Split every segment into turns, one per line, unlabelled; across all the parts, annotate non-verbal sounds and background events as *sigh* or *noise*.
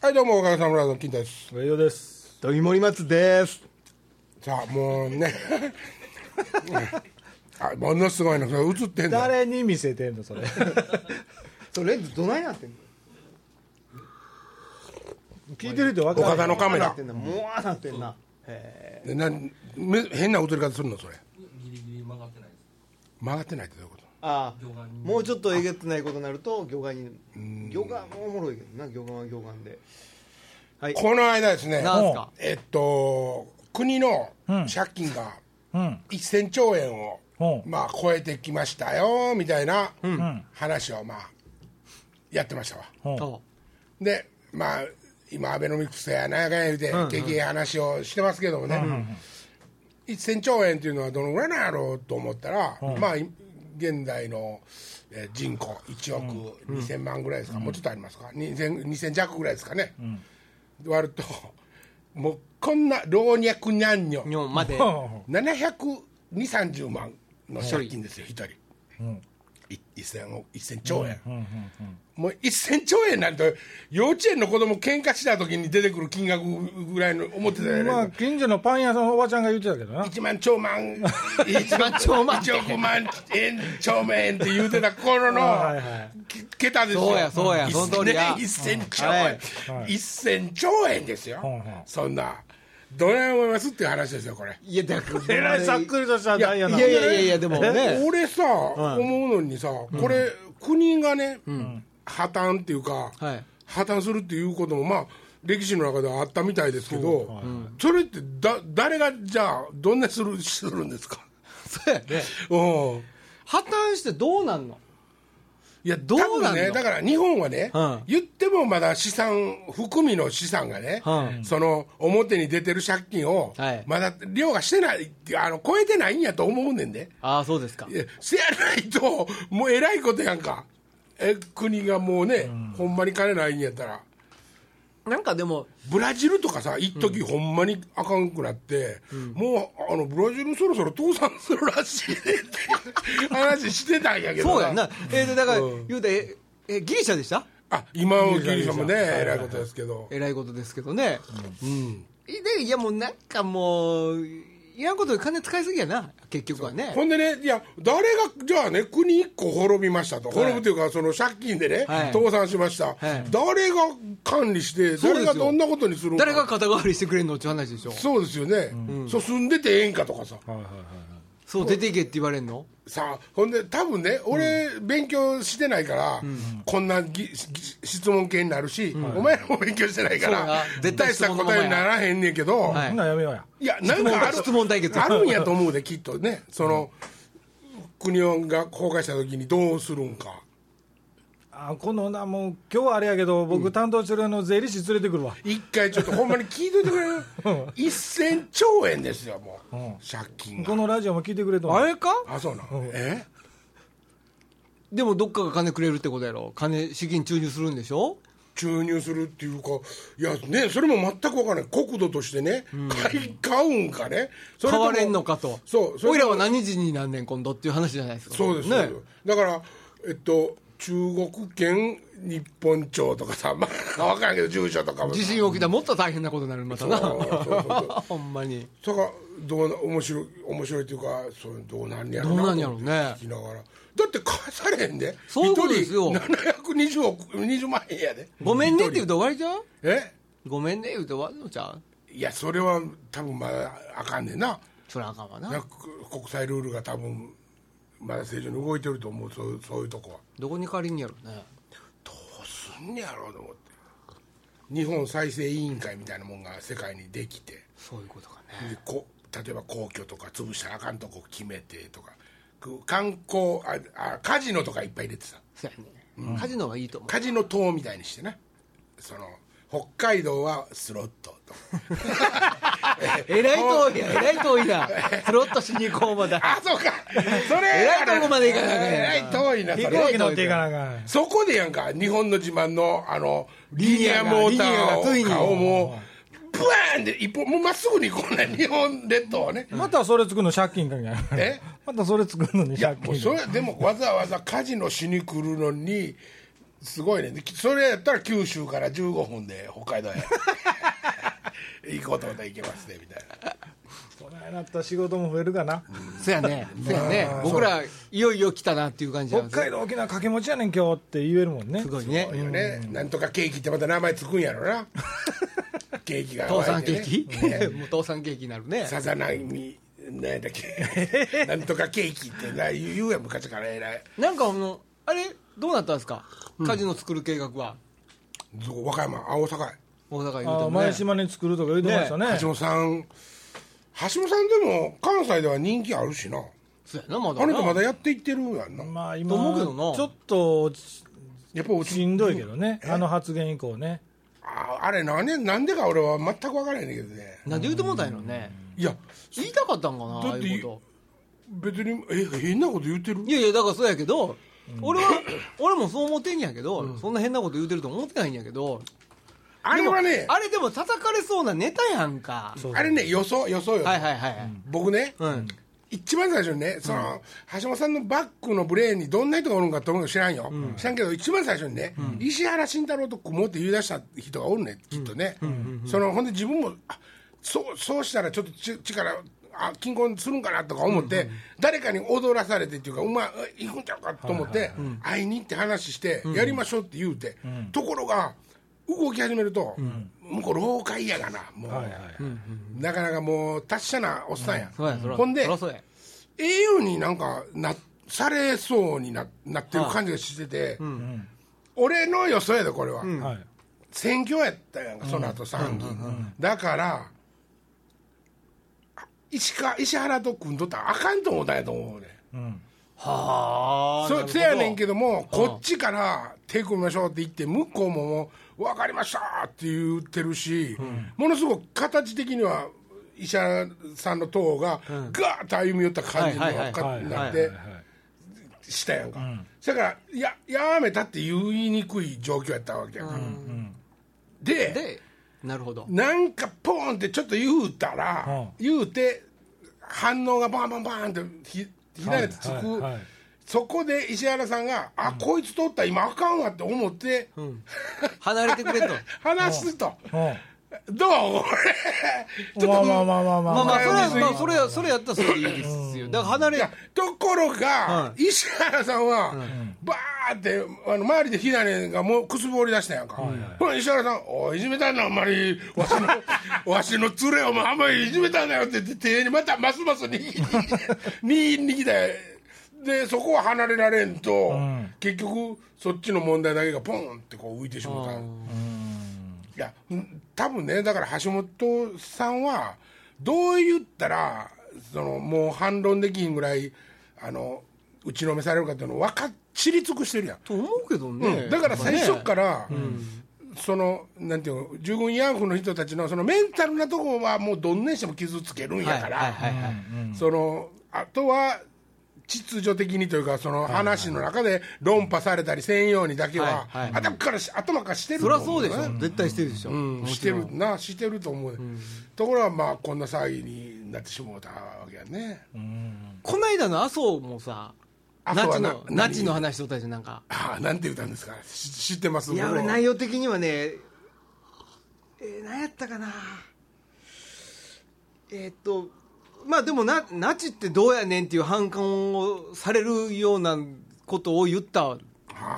はいどうもおかげさま村の金です
上田です
と森松です
さあもうね *laughs* あものすごいのそれ映ってんの
誰に見せてんのそれ
それレンズどないなってんの
*laughs* 聞いてる人分
お
か
か
る
かのカメ
な
ラ
ってんなもうなってんなへ
でなめ変な映り方するのそれ
ギリギリ曲がってないです
曲がってないってどういうこと
ーああもうちょっとえげつないことになると魚眼に魚眼もおもろいけどな魚眼は魚眼ではい
この間ですね
なんすか
えっと国の借金が
うん
1000兆円を、
うん
まあ超えてきましたよみたいな
うん
話をまあやってましたわ
うん
あ
でまあ今アベノミクスやなんやかんや言うて景気いい話をしてますけどもね、1000兆円っていうのはどのぐらいなんやろうと思ったら、まあい現代のえー人口1億2000万ぐらいですか、もうちょっとありますか 2000, 2000弱ぐらいですかね、割るともうこんな老若男女
日本まで
72030万の借金ですよ、1人。い1000億1000兆円、もう1000兆円なんて、幼稚園の子供喧嘩した時に出てくる金額ぐらいの思ってたよね、
まあ近所のパン屋さんのおばちゃんが言ってたけどな
1万兆万、1万兆万、1億万円、兆万円って言うてた頃
*laughs*
の、
はいはい
け桁ですよ、
そうやそうや
一
その通りや
ね1000兆
は
円
い、
1000兆円ですよ
はいはい、
そんな、どない思いますっていう話ですよ、これ。
*laughs* いやだから
えらいさっくりとしたダイヤない
やいやいやいやでもね
俺さ、思うのにさこれ、国がね、破綻っていうか、
はい
破綻するっていうこともまあ歴史の中ではあったみたいですけどそ,、れってだ誰がじゃあどんなするするんですか、 *laughs*
そうやね
うん、
破綻してどうなんの
いや
どうなんの
多分ねだから日本はね、
うん
言ってもまだ資産含みの資産がね、
う
その表に出てる借金を、
はい
まだ量がしてないってあの超えてないんやと思うねんで、
ああそうですか
いやせやないと、もうえらいことやんか、え国がもうね、ほんまに金ないんやったら、
なんかでも
ブラジルとかさ、一時ほんまにあかんくなって、もうあのブラジル、そろそろ倒産するらしいねって話してたんやけど、
そうやんなえーとだから言うてええギリシャでした
あ今のギリシャもね、えらいことですけど、
えらいことですけどね、いでいやもうなんかもういらんことで金使いすぎやな結局はね
ほんでね、いや、誰がじゃあね、国一個滅びましたと、滅ぶというか、その借金でね、
はい
倒産しました、
い
誰が管理して、
そうで
誰
すよ
がどんなことにするのか
誰が肩代わりしてくれんのって話でしょ
そうですよね、そう住んでてええんかとかさ、
そう出ていけって言われんの
さあほんで多分ね俺、勉強してないから、こんなぎぎ質問系になるし、お前らも勉強してないか
そうや
ら
絶対
大した答えにならへんねんけど、
はい
ほんならやめようや
い、やなんかある
質問対決
あるんやと思うできっとねその、国が崩壊した時にどうするんか
あこのなもう今日はあれやけど僕担当してるあの税理士連れてくるわ
一回ちょっとほんまに聞いといてくれる1000兆円ですよもう、借金
こ
が
のラジオも聞いてくれと思う
あれか
あそうなん、え
でもどっかが金くれるってことやろ金資金注入するんでしょ
注入するっていうかいやねそれも全く分からない国土としてね、買い買うんかねそと
変
も
われんのかと
そうそれとも
おいらは何時になんねん今度っていう話じゃないですか
そうですね
ね
だからえっと中国圏日本庁とかさまあ分からんけど住所とかも
地震起きたらもっと大変なことになるまたな
そうそうそう
ほんまに
それがどうな面白い面白いというかそうどうなんやろ
どうなんやろね
聞きながらだって返されへんで
そういうことですよ
一人720億20万円やで
ごめんねって言うと終わりじゃん
え
ごめんね言うと終わるのじゃん
いやそれは多分まだあかんねんな
そりゃあかんわな
なんか国際ルールが多分まだ正常に動いてると思うそうそういうとこは
どこに借りんやろね
すんねやろうと思って日本再生委員会みたいなもんが世界にできて
そういうことかね
でこ例えば皇居とか潰したらあかんとこ決めてとかく観光ああカジノとかいっぱい入れてさ
そうやね、カジノはい
*laughs*
いと思う
カジノ島みたいにしてなその北海道はスロットと
えらい遠いやえらい遠いなスロットしに行こうまだ
あそうかそれ
えらいとこまで行かなあかんやん
えらい遠いな
飛
そ
行
れ
機乗っていかなあかん
そこでやんか日本の自慢のあのリ
リ
ニ
ニ
ア
アが
モーターを
リニアがついに
顔もブワーンで一本もうまっすぐにこうね日本列島をね
またそれ作るの借金かけや
え
またそれ作るのに
いや
借
もう
金
それでもわざわざカジノしに来るのにすごいねでそれやったら九州から15分で北海道へ
*laughs*
行こうと思ったら行けますねみたいな
こないなったら仕事も増えるかな、
そやねそやね僕らいよいよ来たなっていう感じなんです
北海道沖縄掛け持ちやねん今日って言えるもんね
すごいね
そうよね、なんとかケーキってまた名前つくんやろ
*laughs*
なケーキが
父さん
湧
ケ
いてね
ーキ *laughs* もう父さんケーキになるね
さざ波何やったっけ *laughs* なんとかケーキってな言うやん昔からえらい
なんかあのあれどうなったんですかカジノ作る計画は
そこ和歌山あ大阪へ
大阪言うて
あ
も
前
ね
島に作るとか言ってましたね
橋本さん橋本さんでも関西では人気あるしな
そうやなまだ
あ
な
の人まだやっていってるやんな
まあ今
と思うけどな
ちょっとし
やっぱ落
しんどいけどねあの発言以降ね
ああれなんでなんでか俺は全く分からへんねんけどね
なんで言うてもうたんやろね
いや
言いたかったんかな
だって
ああいうこ
別にえ変なこと言ってる
といやいやだからそうやけど俺は俺もそう思ってんやけどそんな変なこと言うてると思ってないんやけど
あれは
で
ね
もあれでも叩かれそうなネタやんか
そう
あれね予想予想よ、
はいはいはい
僕ね、
うん
一番最初にねその、橋本さんのバックのブレーンにどんな人がおるんかと思うの知らんよ、知らんけど一番最初にね、石原慎太郎と組もうって言い出した人がおるねきっとね、そのほんで自分もあそうそうしたらちょっとち力あ金婚するんかなとか思って、誰かに踊らされてっていうかうまい行くんちゃうかと思って、会いに行って話して、やりましょうって言うて、ところが動き始めると、向こう老快やがなもう、
はいはい
なかなかもう達者なおっさんや、
そうやそら
ほんで
そらそうや
ええようになんかなされそうにななってる感じがしてて、俺の予想やでこれは、
はい
選挙やったやんかその後参議院、だからあ石か石原と組んどったらあかんと思ったんやと思うね
うん
はあ
そせやねんけど
ど
もこっちから手組みましょうって言って向こうももう分かりましたって言ってるし、ものすごく形的には石原さんの党がガーッと歩み寄った感じに
はいはいは
はい
ななっ
はい
て
はいはい
したやんか、それからややめたって言いにくい状況やったわけやんか、で
でなるほど
なんかポーンってちょっと言うたら、言うて反応がバンバンバンってひ左につく、
はいはいはい
そこで石原さんが「あこいつ通った今あかんわ」って思って、
離れてくれと
話すと
う
「
ん
どうこれ」ちょっと
まあまあまあまあ
*laughs* まあまあそれは
水着
まあそれはそれやったらそれでいいですよだから離
いや
れ
ところが、
は
石原さんは、バーってあの周りで火種がもうくすぼり出したやんか、ほら石原さん「おいいじめたんなあんまりわしの *laughs* わしの連れをもあんまりいじめたんだよ」って言って手に *laughs* またますます握り握りに来て。でそこは離れられんと、
ん
結局そっちの問題だけがポンってこう浮いてしまうからいやうん多分ねだから橋本さんはどう言ったらそのもう反論できんぐらいあの打ちのめされるかっていうのを分かっ知り尽くしてるやん、
と思うけどね
だから最初からら、そのなんていうの従軍慰安婦の人たちのそのメンタルなとこはもうどんねんしても傷つけるんやから、
はいはいはいはい
そのあとは秩序的にというかその話の中で論破されたりせんようにだけは、
はいはい
頭からし頭からしてる
そ
と
りゃ
思
そううん
だ
で
よ
し
ね
ょ絶対してるでしょ
うん、してるなしてると思う、ところがまあこんな騒ぎになってしもうたわけやね、
この間の麻生もさ
麻生
ナ
は
チ
な
の
何
ナチの話しとったじゃんなんか
ああなんて言ったんですかし知ってます
いや
僕
俺内容的にはねえー、何やったかなえーっとまあでもなナチってどうやねんっていう反感をされるようなことを言ったんで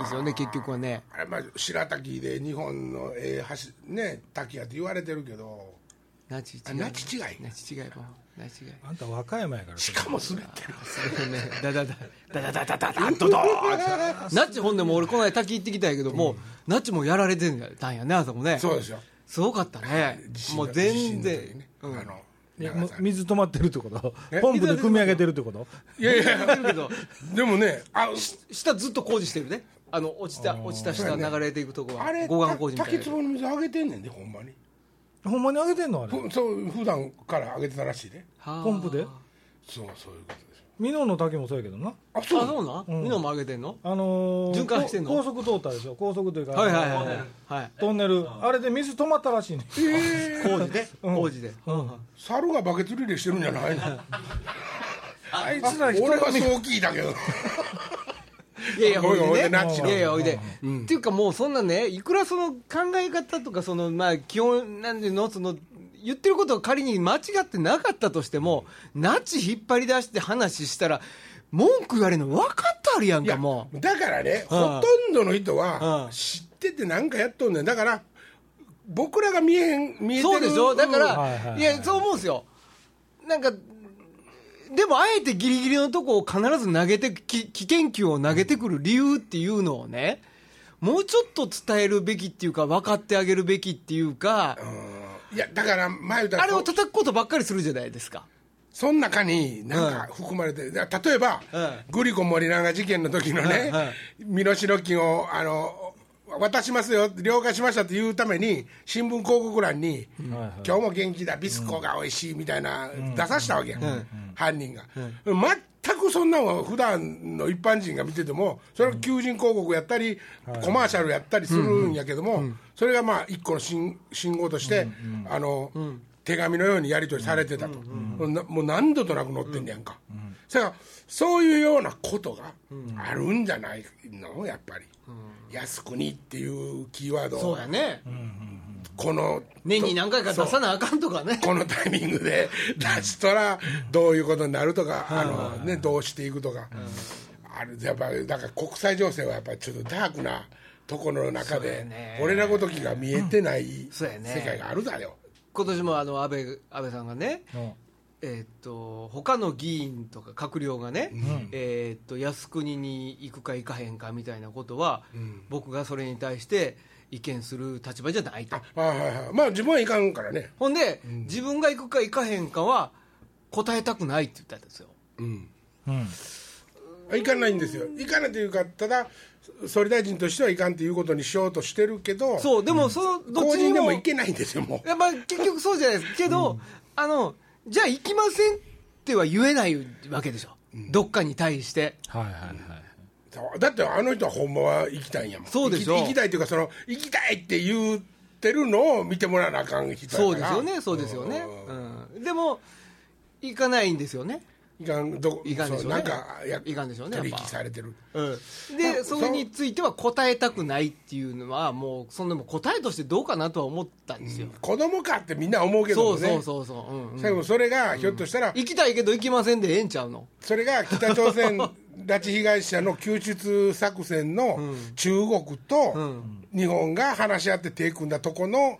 すよね結局はね
あれまあ白滝で日本のええ橋ね滝やって言われてるけど
ナチ違
あ
い
ナチ違い
ナチ違いかナチ違い
あんた和歌山やから
しかも滑ってる
そうねだだだだだだだだだドドーンナッチほんでも俺この間滝行ってきたんやけども、ナッチもやられてたんやねあそこね
そうですよ
すごかったね
地震
も
の
う全
地震の時
然、
ね
うん
あの
え
長
も
さ
水止まってるってことポンプで汲み上げてるってこと
いやい
やって
や
るけど
でもねあ
下ずっと工事してるねあの落ちた落ちた下流れていくとこは
あれ
護岸工事みたい
滝
な
壺の水あげてんねんでほんまに
ほんまに上げてんのあれ
ふそう普段からあげてたらしいで
はあ
ポンプで
そうそういうことですよ
美濃の滝もそうやけどな
あ
あそ
そう
うなん、みんなも上げてんの
あのー
循環してんの
こ高速通ったでしょ高速というか
はいはいはいはい、はい、
トンネルあれで水止まったらしいね
工事で、工事で、
猿がバケツリレーしてるんじゃないの
*laughs* あいつら人
*laughs*
俺はそう聞いたけど
いやいや、
ご
ほ
めんごめん俺
いで
ナッ
ね
チ。
の
いやいや、ほいで。っていうかもうそんなね、いくらその考え方とか、その、まあ、基本、なんていうの、その、言ってることが仮に間違ってなかったとしても、ナチ引っ張り出して話したら、文句言われるの分かったあるやん
い
か、
や
もう。
だからね、
うん
ほとんどの人は
うん
知っててなんかやっとんねんだから僕らが見えへん見えてる
そうでしょだか
うんはいはいは
ら、
い
いや、そう思うんですよ。なんか、でもあえてギリギリのとこを必ず投げて、き危険球を投げてくる理由っていうのをね、もうちょっと伝えるべきっていうか、分かってあげるべきっていうか、
いやだから前言った
あれ
ら
を
そ
叩くことばっかりするじゃないですか。
その中になんか含まれてる、だから例えば、
う
グリコ森永事件の時のね、身代金をあの渡しますよ了解しましたっていうために新聞広告欄に、今日も元気だビスコが美味しいみたいな、出さしたわけや、犯人が、全くそんなのは普段の一般人が見ててもそれは求人広告やったり、コマーシャルやったりするんやけども、それがまあ一個の信信号として、あの手紙のようにやり取りされてたと、なもう何度となく載ってんねやんか、そからそういうようなことがあるんじゃないのやっぱり、靖国っていうキーワード
そう
を
やね。
この
年に何回か出さなあかんとかね。
このタイミングで出したらどういうことになるとか、あのね、どうしていくとか、あれやっぱりだから国際情勢はやっぱりちょっとダークなところの中
そうや
で、
ね
俺らごときが見えてない
そうや
世
ね
界があるだよ、
今年もあの、安倍、安倍さんがね、
うん
えーっと他の議員とか閣僚がね、えーっと靖国に行くか行かへんかみたいなことは、僕がそれに対して意見する立場じゃないと
あはいはいはいまあ自分はいかんからね、
ほんで、自分が行くか行かへんかは答えたくないって言ったんですよ
うん、
うん
いかないんですよいかないというかただ総理大臣としてはいかんということにしようとしてるけど
そうでもそのどっ
公
ち
人
に
で
も
もいけないんですよもう
やっぱ結局そうじゃないですけど、あのじゃあ行きませんっては言えないわけでしょ、どっかに対して
はいはいはい
そうだってあの人はほんまは行きたいんやもん
そうでしょ
行き行きたいというかその行きたいって言ってるのを見てもらわなあかん人やから
そうですよねそうですよね、うん、でも行かないんですよね
いかんどこ
いかんでしょう
そ
ね
うなんかや
いかんでしょうねやっぱ
取引されてる
で、それについては答えたくないっていうのは、もう、そんなもん答えとしてどうかなとは思ったんですよ。
子供かってみんな思うけ
そ
ども
う
ね
そうそうそう、うんうん
最後それがひょっとしたら、
行きたいけど行きませんでええんちゃうの。
それが北朝
*laughs*
鮮拉致被害者の救出作戦の中国と日本が話し合って手組んだとこの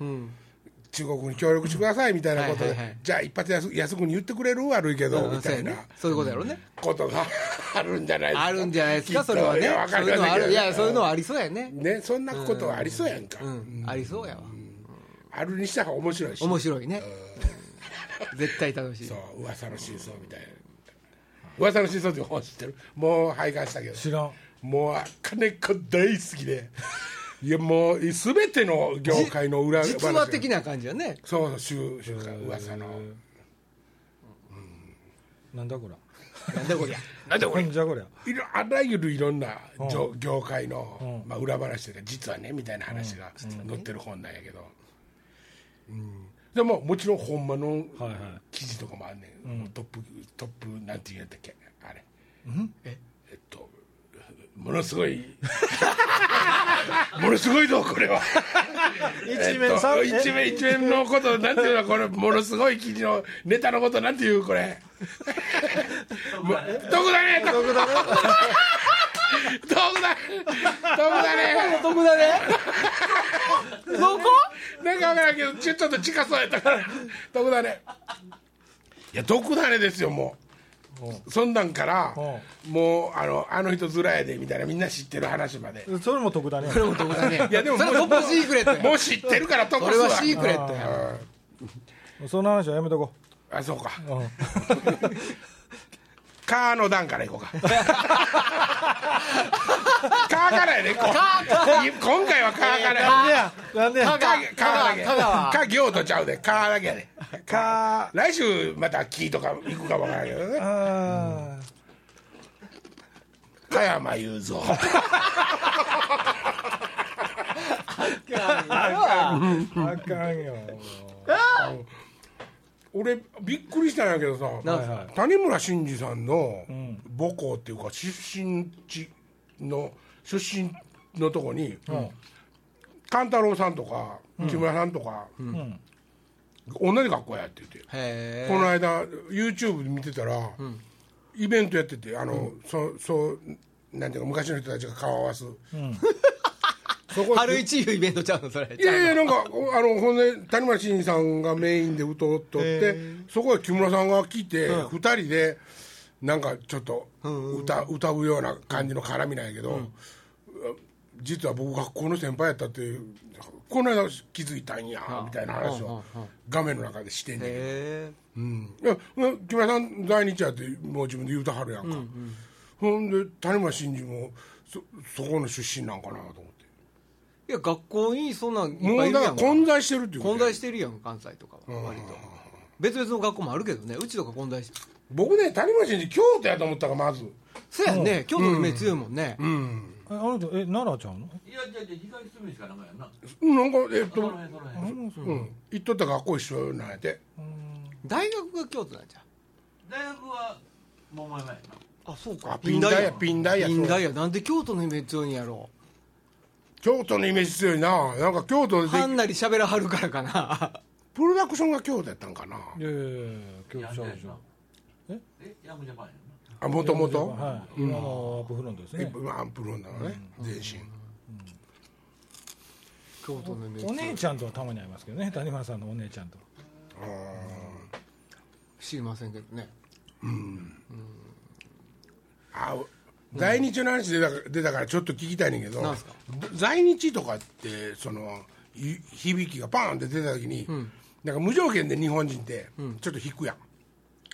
中国に協力してくださいみたいなこと
はいはいは
で
い
じゃあ一発安安くに言ってくれる悪いけどみたいな
そうやねそういうことやろね。
ことがあるんじゃないですか
あるんじゃないです
き
か、
っと
それはいね
や。わ
そ
か
う
り
いうの
ま
は
せんけ
ある。
ど
いや、そういうのはありそうやね。
ねそんなことはありそうやんか、
うん、ありそうやわ。
あるにした方が面白いし
面白いね。 *laughs* 絶対楽しい
そ。う噂の真相みたいな噂の真相って本知ってるもう拝観したけど
知らん
もう金子大好きでいやもう全ての業界の裏話
実話的な感じやね。
そうそう週週刊噂の
なんだこりゃ
なんだこりゃ。
なんで
なんじゃこりゃ
いろあらゆるいろんな業業界の、まあ、裏話というか実はねみたいな話が載ってる本なんやけど、うん、でももちろんほんまの
はいはい
記事とかもあんねん、もうトップトップなんて言うんだっけあれ、えっとものすごい *laughs* ものすごいぞこれは
一面さん
えっと一面一面のことなんていうのこれものすごい記事のネタのことなんていうこれもう得だね得だね *laughs* 得だね得だね
得だね。そこ
なんかわからんけどちょちょっと近そうやったから得だねいや得だねですよもうそんなんからもうあのあの人ずらやでみたいなみんな知ってる話まで
それも得だね
それも得だね。い
やでも
それトップシークレットや。
もう知ってるから得
そ
す
れ
わ
はシークレットや。
その話はやめとこ
あそうか
う、うん
カーの段からいこうかカーからやねこ今回はカーからや
なんでやな
カ
んでや
ーカーだけ
香川
カー行とちゃうでカーだけやね
か
来週またキーとか行くかわからんけどね
あ
加山雄三
ーあかんよ
俺びっくりしたんやけどさ
なんすか
谷村新司さんの母校っていうか出身地の出身のとこに、勘太郎さんとか木村さんとか、同じ学校やってて、
へ
この間 YouTube で見てたら、イベントやっててあの、そそうなんていうか昔の人たちが顔を合わす、そこ
え春一いうイベントちゃうのそれ
いやいやなんかおあのほんで谷村新司さんがメインで歌っとってそこへ木村さんが来て二、人でなんかちょっと歌,、う歌うような感じの絡みなんやけど、実は僕学校の先輩やったっていうこの間気づいたんやみたいな話を画面の中でしてんねん
へ
いや木村さん在日やってもう自分で言うたはるやんか、ほんで谷村新司もそそこの出身なんかなと思って
えいや学校にそんなんいっ
も
ぱいうい
だか
るや
ら
ん
混在してるっていうこと
混在してるやん関西とかは割と別々の学校もあるけどねうちとか混在して
僕ね谷村新司京都やと思ったからまず
そうやんね京都の目強いもんね
えあの人え奈良ちゃんの
いやいやいや東住吉かなんかやんな
なんかえっ
その
と、
辺その
う
辺
ん、行っとった学校一緒なんやて
大学が京都なんじゃ
大学は桃山やんな
うあそう
あピンダイヤピンダイヤ
ピンダイ
そう
ヤなんで京都のイメージ強いんやろ
京都のイメージ強いななんか京都で
はんなり喋らはるからかな
プロダクションが京都やったんかない
やいやいや京都ちゃうでしょ
ええヤングジャパンやんな
あもともと
はい今のアップフロントですね
アンプロンだのね全身
京都のイメージ
お
強い
姉ちゃんとはたまに会いますけどね谷村さんのお姉ちゃんと
知りませんけどね
あ在日の話出た出たからちょっと聞きたいねんけど
なんすか
在日とかってそのい響きがパーンって出た時に、なんか無条件で日本人ってちょっと引くやん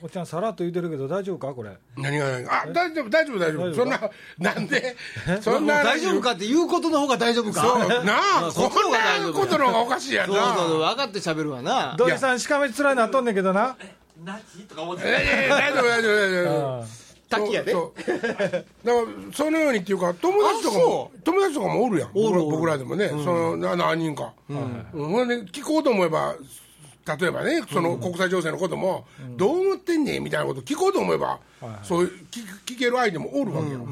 おっちゃんさらっと言うてるけど大丈夫かこれ
何が何があ大丈夫大丈夫大丈夫そんななんでそん
も
な
う大丈夫かって言うことの方が大丈夫か
そうな
ま
あ
そっちの
こ
方
ん
が大丈
な
夫
こ
や
との方がおかしいや
そ
な
うそうそう分かって喋るわな
土井さんしかめつらいなっとんねんけどな
ナチとか思って
いやいやいや大丈夫大丈夫大丈夫
あ
滝やで
そうそうだからそのようにっていうか友達とか
あ
も
そ
友達とかもおるやん
おるおる
僕らでもね、そのな何人か、うんほんで聞こうと思えば例えばねその国際情勢のことも、どう思ってんねんみたいなこと聞こうと思えば、そういう聞聞ける相手もおるわけよ、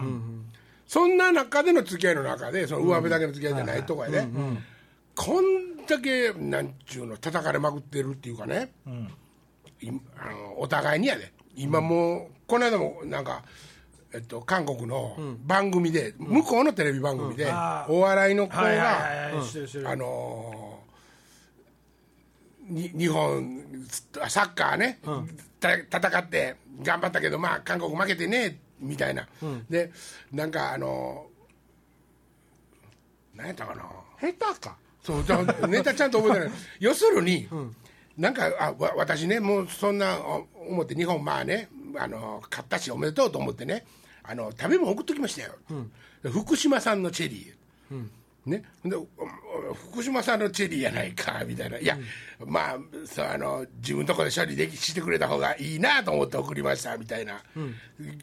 そんな中での付き合いの中でその上辺だけの付き合いじゃないとかやね、こんだけなんちゅうの叩かれまくってるっていうかね、いあのお互いにやで今もうこの間もなんか、えっと、韓国の番組で、向こうのテレビ番組で、
あー
お笑いの子が、
はいはいはいしてるしてる
あのーに日本サッカーね、た戦って頑張ったけどまあ韓国負けてねみたいな、でなんかあのー、何やったかな
下手か
そうだからネタちゃんと覚えて *laughs* ない要するに、なんかあわ私ねもうそんなお思って日本まあねあの買ったしおめでとうと思ってねあの食べ物送っときましたよ、で福島産のチェリー、ね、でおお福島産のチェリーやないかみたいな、いや、まあそうあの、自分とこで処理できしてくれた方がいいなと思って送りましたみたいな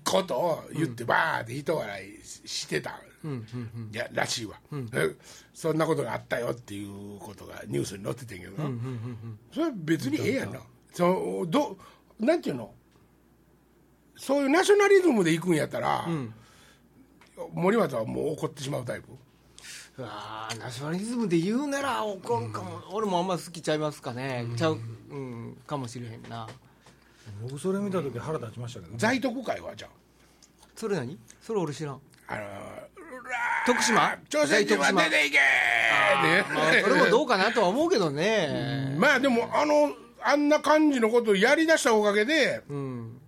ことを言って、ばーって人笑いししてた、いやらしいわ、えそんなことがあったよっていうことがニュースに載っててんけどな、それは別にええやんな、そのどなんていうの、そういうナショナリズムで行くんやったら、森松はもう怒ってしまうタイプ。
うわあナショナリズムで言うなら怒るかも、俺もあんま好きちゃいますかね、ちゃう、うん、かもしれへんな
僕それ見た時腹立ちましたけど
在特会はじゃ
それ何それ俺知ら *laughs* ん
あ、あのーうらー
徳島
朝鮮人は
在徳島
出ていけ
まあ
ー
それもどうかなとは思うけどね
ね、 *laughs* まあでもあのあんな感じのことをやりだしたおかげで、
うん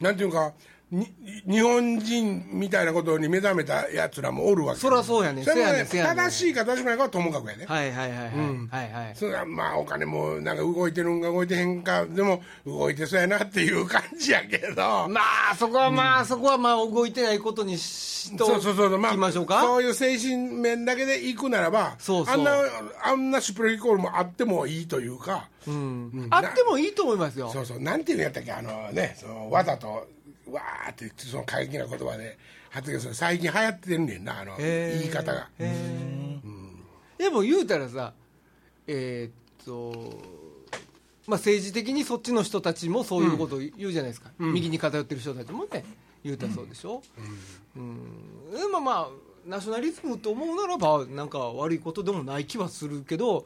なんていうかに日本人みたいなことに目覚めたやつらもおるわけ
そらそうやねん
それもね
そやねんそやねん
正しいか正しくないかはともかくやね、
はいはいはいはい、はいはい
それはまあお金もなんか動いてるんか動いてへんかでも動いてそうやなっていう感じやけど
まあそこはまあ、そこはまあ動いてないことにしと
そうそうそうそう、
きましょうか
そういう精神面だけで行くならば、
そうそう
あんな、あんなシュプレヒコールもあってもいいというか、
うんあってもいいと思いますよ
そうそう、なんていうんやったっけ、あのね、そのわざと、わーって、その過激な言葉で発言する、最近流行ってんねんな、あの、
へー
言い方が。
へーでも言うたらさえーっとまあ政治的にそっちの人たちもそういうことを言うじゃないですか、右に偏ってる人たちもね言うたそうでしょ、うんでもまあナショナリズムと思うならばなんか悪いことでもない気はするけど、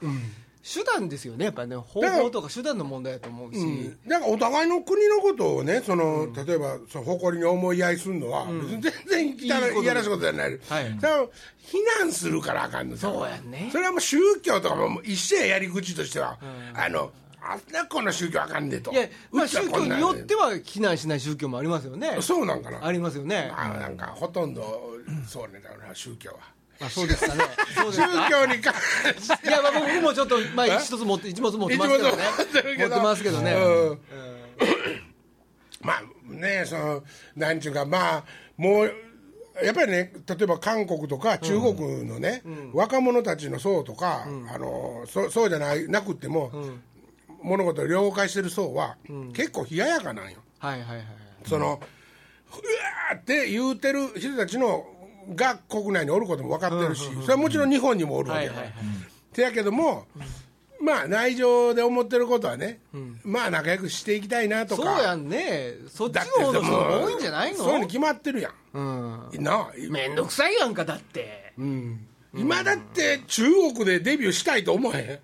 手段ですよねやっぱりね方法とか手段の問題だと思うし、
うんなんかお互いの国のことをねその、例えばその誇りに思いやりするのは、別に全然汚い
いいこと
いやらしいことじゃない、
はい
それを非難するからあかんのさ
そうやね
それはもう宗教とかももう一緒ややり口としては、あのあんなこんな宗教あかんでと
いや、まあ、
うちは
宗
こ
教
んな
に
んや
よっ
で
ては非難しない宗教もありますよね
そうなんかな
ありますよね
あなんかほとんどそうねだから宗教は
あそうです
*laughs*
かねそうです
宗
か
教に関して
いや、まあ、僕もちょっと、まあ、一つ持って、一物持ってますけどね。
一物持ってるけど
持ってますけどね。
うん *coughs* まあねそのなんちゅうかまあもうやっぱりね例えば韓国とか中国のね、若者たちの層とか、あのそそうじゃないなくっても、物事を了解してる層は、結構冷ややかなんよ。
はいはいはい。
その、うわーって言うてる人たちのが国内におることも分かってるし、それはもちろん日本にもおるわけやから。
はいは
てやけども、まあ内情で思ってることはね、まあ仲良くしていきたいなと
そう
か。
やんね。そっち
だ
の
って
方の人
も
が
う
多いんじゃないの
そういうの決まってるやん。
うん。
なあ、
めんどくさいやんか、だって。
今だって中国でデビューしたいと思えへん。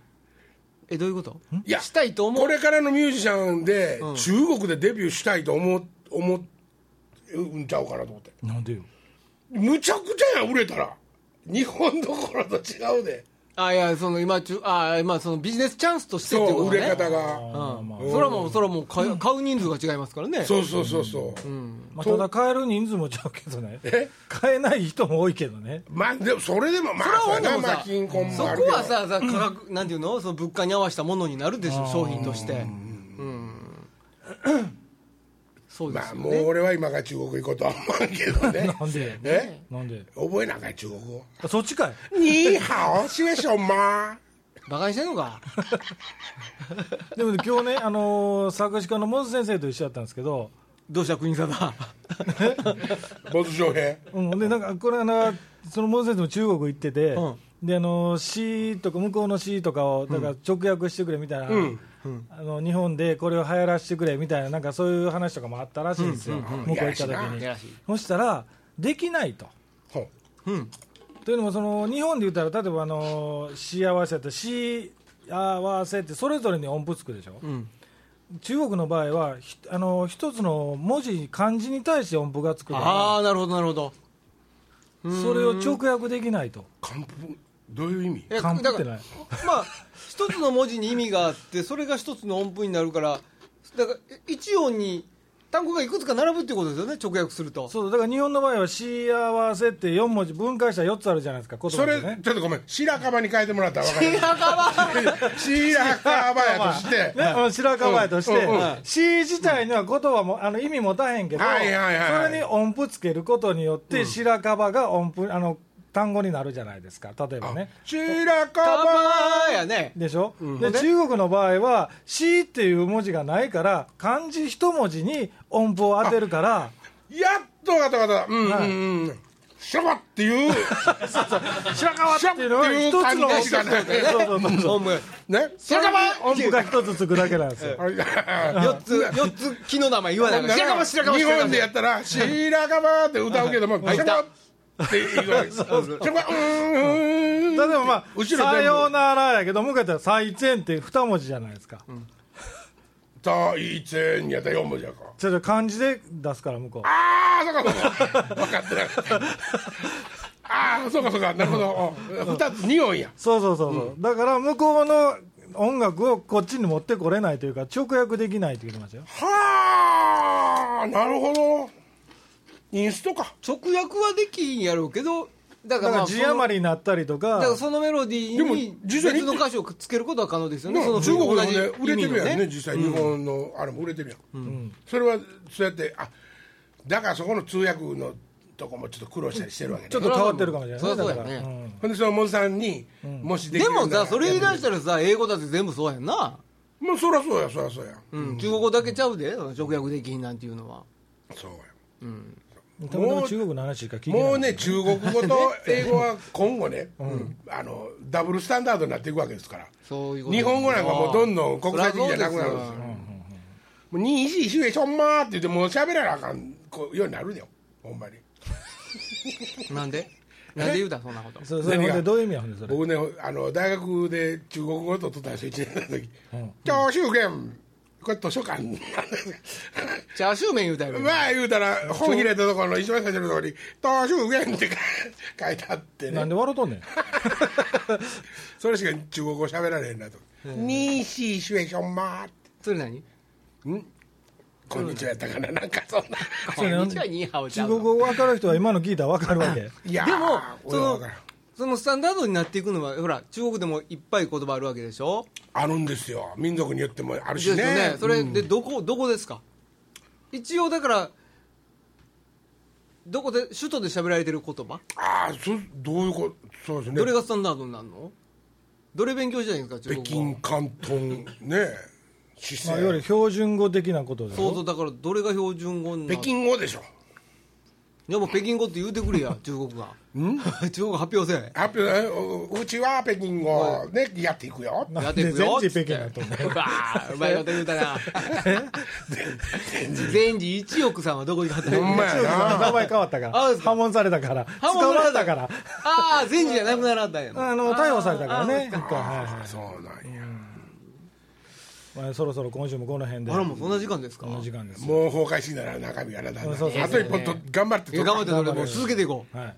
え、どういうこと
いや
したいと思う
こ。れからのミュージシャンで、中国でデビューしたいと思う思うんちゃうかなと思って。
なんでよ
むちゃくちゃやん売れたら日本どころと違うで
あ、いや、その、今、中、あ、まあ、そのビジネスチャンスとしてっていう
そう
こと
売
ね。
れ方が
うんまあ
うん。それはもう、それはもう買う、買う人数が違いますからね。
そうそうそうそう、
まあ、ただ変える人数もちゃうけどね
え
変えない人も多いけどね
まあでもそれでもま
それは
あ
ほんでも
まあ
さ、
貧困
そ
もあるけ
こ
ど
はさ、さ価格、なんていうのその物価に合わせたものになるでしょ、商品として。うん。
*clears throat*
そうで
ますあ
よ
も
ね。
う俺は今が中国行こうとは思わんけど *laughs* ね
なんで
え
なんで
覚えなあかん中国語
あそっちかい
にーはおしめしょんま
バカにしてんのか
でもね今日ね、あのー作詞家のモズ先生と一緒だったんですけど、
どうした国定
ボス翔平
うん、でなんかこれはなそのモズ先生も中国行ってて、
うん
であのー詩とか向こうの詩とかをだから直訳してくれみたいな、あの日本でこれを流行らせてくれみたいななんかそういう話とかもあったらしいんですよ、向こう行った時
いやらしい
に
なやらしい
そしたらできないと。
ほう
うん
というのもその日本で言ったら例えばあのー幸せって幸せってそれぞれに音符つくでしょ、
ん
中国の場合はひあのー一つの文字漢字に対して音符がつく
あ
か
あなるほどなるほど
らそれを直訳できないと
漢方どういう意味
え
漢符
だ
っ
か
て
らま
ない
あ一つの文字に意味があってそれが一つの音符になるからだからえ一音に単語がいくつか並ぶっていうことですよね直訳すると
そうだから日本の場合は幸せって4文字分解したら4つあるじゃないですか言葉
それ
で
ちょっ
ね
とごめん白樺に変えてもらったら分かる
違うか
白樺やとして
ね、あの白樺やとして、
うんうん
はい詩自体には言葉もあの意味持たへんけど、
はいはいはい
それに音符つけることによって、白樺が音符あの単語になるじゃないですか例えばね
白
ば
樺
やね
でしょ、
ほん
で
で
中国の場合は「詩」っていう文字がないから漢字一文字に音符を当てるから
やっと分かった分かったうんうんうんシャバって
*laughs*
いう
白樺っていうのは一つの音符
シャッっていう
そうそうそう
音符
ね
白樺
音符が一つつくだけなんですよ
あれ
四つ四つ木の名前言わないから白樺白樺
日
白
本
樺
でやったら「白樺」って歌うけども「
はい
シャバ」って言うわけシャバうーん
例えばまあ「
後ろ全部
さよなら」やけど向かったら「最前」って二文字じゃないですか、
「たいつん」やったら4文字やから
ちょっと漢字で出すから向こう
ああそうかそうか
*laughs*
分かってなかったああそうかそうかなるほど2つ2音や
そうそうそうそう、だから向こうの音楽をこっちに持ってこれないというか直訳できないって言ってましたよ
はあなるほどインストか
直訳はできんやろうけどだ
だか
からま
ら
あ
字余りになったりとか
だからそのメロディ
で
ー
も
に
実際に
別の歌詞をつけることは可能ですよね、
な
その
中国でもね
同じ
売れてる
意味
や
の
んね実際日本のあれも売れてるやん、それはそうやってあだからそこの通訳のとこもちょっと苦労したりしてるわけね
ちょっと変わってるかもしれない
そりゃそう
だ
や
から
ね
うん
ほんでそのモンさんに、もしでき
で
る
も
なら
さそれ言い出したらさ英語だって全部そうやんな、
もうそりゃそうやそりゃそうや、
うん中国語だけちゃうで直訳できんなんていうのは
そうや
たまたま中国の話しか聞いてない
もうね中国語と英語は今後ね、あのダブルスタンダードになっていくわけですから
そういうこと
日本語なんかもうどんどん国際的じゃなくなるんですよ
そりゃそうで
もう「にいしいしゅえしょんま」って言ってもう喋らなあかんこうようになるんよほんまに
なんでなんで言うたそんなこと
そそれ
何
ほん
が
でどういう意味やほんでそれ、
僕ねあの大学で中国語と取ったんですよ1年の時
うん
「長州圏これ図書館」
チャーシュー麺言うたやろ
まあ言うたら本開いたところの一番最初のところに「長州圏」って書いてあって
なん
ね
で笑うとん
*laughs*
ねん
それしか中国語喋られへんなと「にーしーしゅえしょんまー」って
それ何
「こんにちは」やったかななんかそんな
こんにちはニーハオちゃ
中
ん
国
の
語分かる人は今の聞いたら分かる
*laughs*
わけ
いやー
でも
俺
そ
は
の
分からん
そのスタンダードになっていくのはほら中国でもいっぱい言葉あるわけでしょ
あるんですよ民族によってもある
です
し
よ
ね
ねそれ
うん
でどこどこですか一応だからどこで首都で喋られてる言葉
ああそどういうことそうですね
どれがスタンダードになるのどれ勉強したいんですか
北
中国
京
語
広東ね四
まあ、いわゆ
川
る標準語的なことでしょ
そうそうだからどれが標準語にな
北
る
京語でしょ
いやもう北京語って言うてくれや中国が *laughs* 中国発表せえ
発表えううちは北京語ねやっていくよ
なん
やって
で
いくよ
全治北京だと思
う *laughs* わあうまいこと言うたな *laughs* 全治一億さんはどこに買った
ほん
*laughs*
まや
う名
な
前変わったから
あそう *laughs* ですか
破門されたから捕
モン
まれたから
ああ全治じゃなくならんだよ
あの逮捕されたからね一回はいは
あそうなんや
いまあ、そろそろ今週もこの辺で
あらもうそんな時間ですか
この時間です
もう崩壊しながら中身がなだんだん
そうそうそう
あと一本と頑張って
いや頑張ってそれもう続けていこう
はい